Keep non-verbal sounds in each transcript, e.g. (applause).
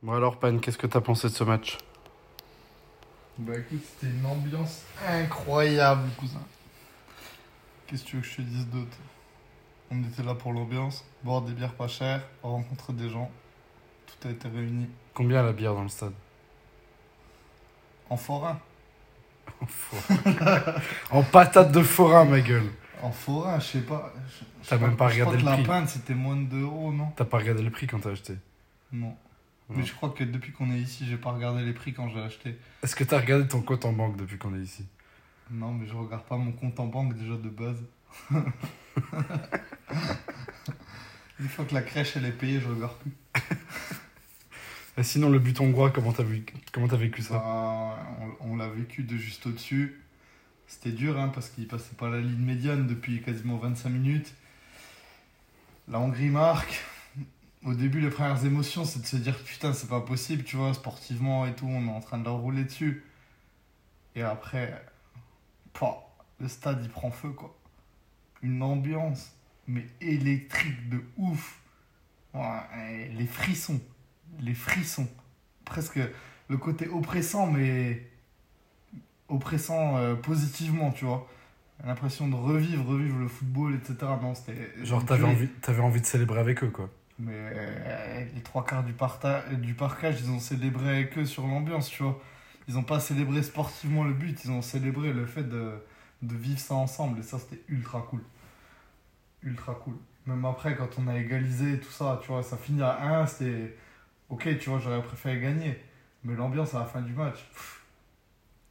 Bon alors, Pan, qu'est-ce que t'as pensé de ce match Bah écoute, c'était une ambiance incroyable, cousin. Qu'est-ce que tu veux que je te dise d'autre On était là pour l'ambiance, boire des bières pas chères, rencontrer des gens. Tout a été réuni Combien la bière dans le stade en forain. En forain. Oh, (laughs) En patate de forain, ma gueule. En forain, je sais pas. je- je T'as crois- même pas je crois regardé le que prix. la pinte, c'était moins de 2 euros, non T'as pas regardé le prix quand t'as acheté Non. Non. Mais je crois que depuis qu'on est ici, j'ai pas regardé les prix quand j'ai acheté. Est-ce que t'as regardé ton compte en banque depuis qu'on est ici Non, mais je regarde pas mon compte en banque déjà de base. (laughs) Une fois que la crèche elle est payée, je regarde plus. Et sinon, le but hongrois, comment t'as vécu, comment t'as vécu ça Enfin, Bah, on on l'a vécu de juste au-dessus. C'était dur hein, parce qu'il passait pas la ligne médiane depuis quasiment 25 minutes. La Hongrie marque. Au début, les premières émotions, c'est de se dire putain, c'est pas possible, tu vois, sportivement et tout, on est en train de leur rouler dessus. Et après, pouah, le stade il prend feu quoi. Une ambiance, mais électrique de ouf. Ouah, et les frissons, les frissons. Presque le côté oppressant, mais oppressant euh, positivement, tu vois. L'impression de revivre, revivre le football, etc. Non, c'était. Genre, une t'avais tuerie. envie, t'avais envie de célébrer avec eux, quoi. Mais euh, les trois quarts du, parta- du parcage, ils ont célébré avec eux sur l'ambiance, tu vois. Ils n'ont pas célébré sportivement le but, ils ont célébré le fait de, de vivre ça ensemble. Et ça, c'était ultra cool. Ultra cool. Même après, quand on a égalisé et tout ça, tu vois, ça finit à 1, c'était... Ok, tu vois, j'aurais préféré gagner. Mais l'ambiance à la fin du match, pff,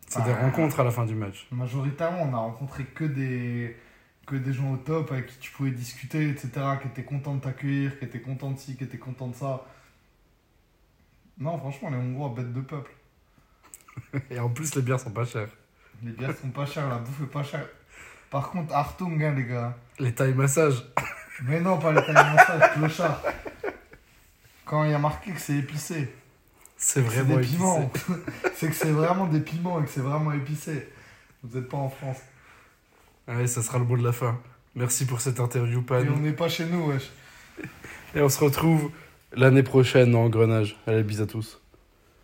C'est des Ah. rencontres à la fin du (laughs) match. majoritairement, on a rencontré que des, que des gens au top avec qui tu pouvais discuter, etc., qui étaient contents de t'accueillir, qui étaient contents de ci, qui étaient contents de ça. Non, franchement, les Hongrois, bêtes de peuple. Et en plus, les bières sont pas chères. Les bières sont pas chères, la bouffe est pas chère. Par contre, Hartung, hein, les gars. Les tailles massages. Mais non, pas les Italiens massage, clochard. Quand il y a marqué que c'est épicé, C'est c'est vraiment des épicé. piments. (laughs) c'est que c'est vraiment des piments et que c'est vraiment épicé. Vous n'êtes pas en France. Allez, ça sera le mot de la fin. Merci pour cette interview, Pan. Et on n'est pas chez nous, wesh. Et on se retrouve l'année prochaine en Grenage. Allez, bis à tous.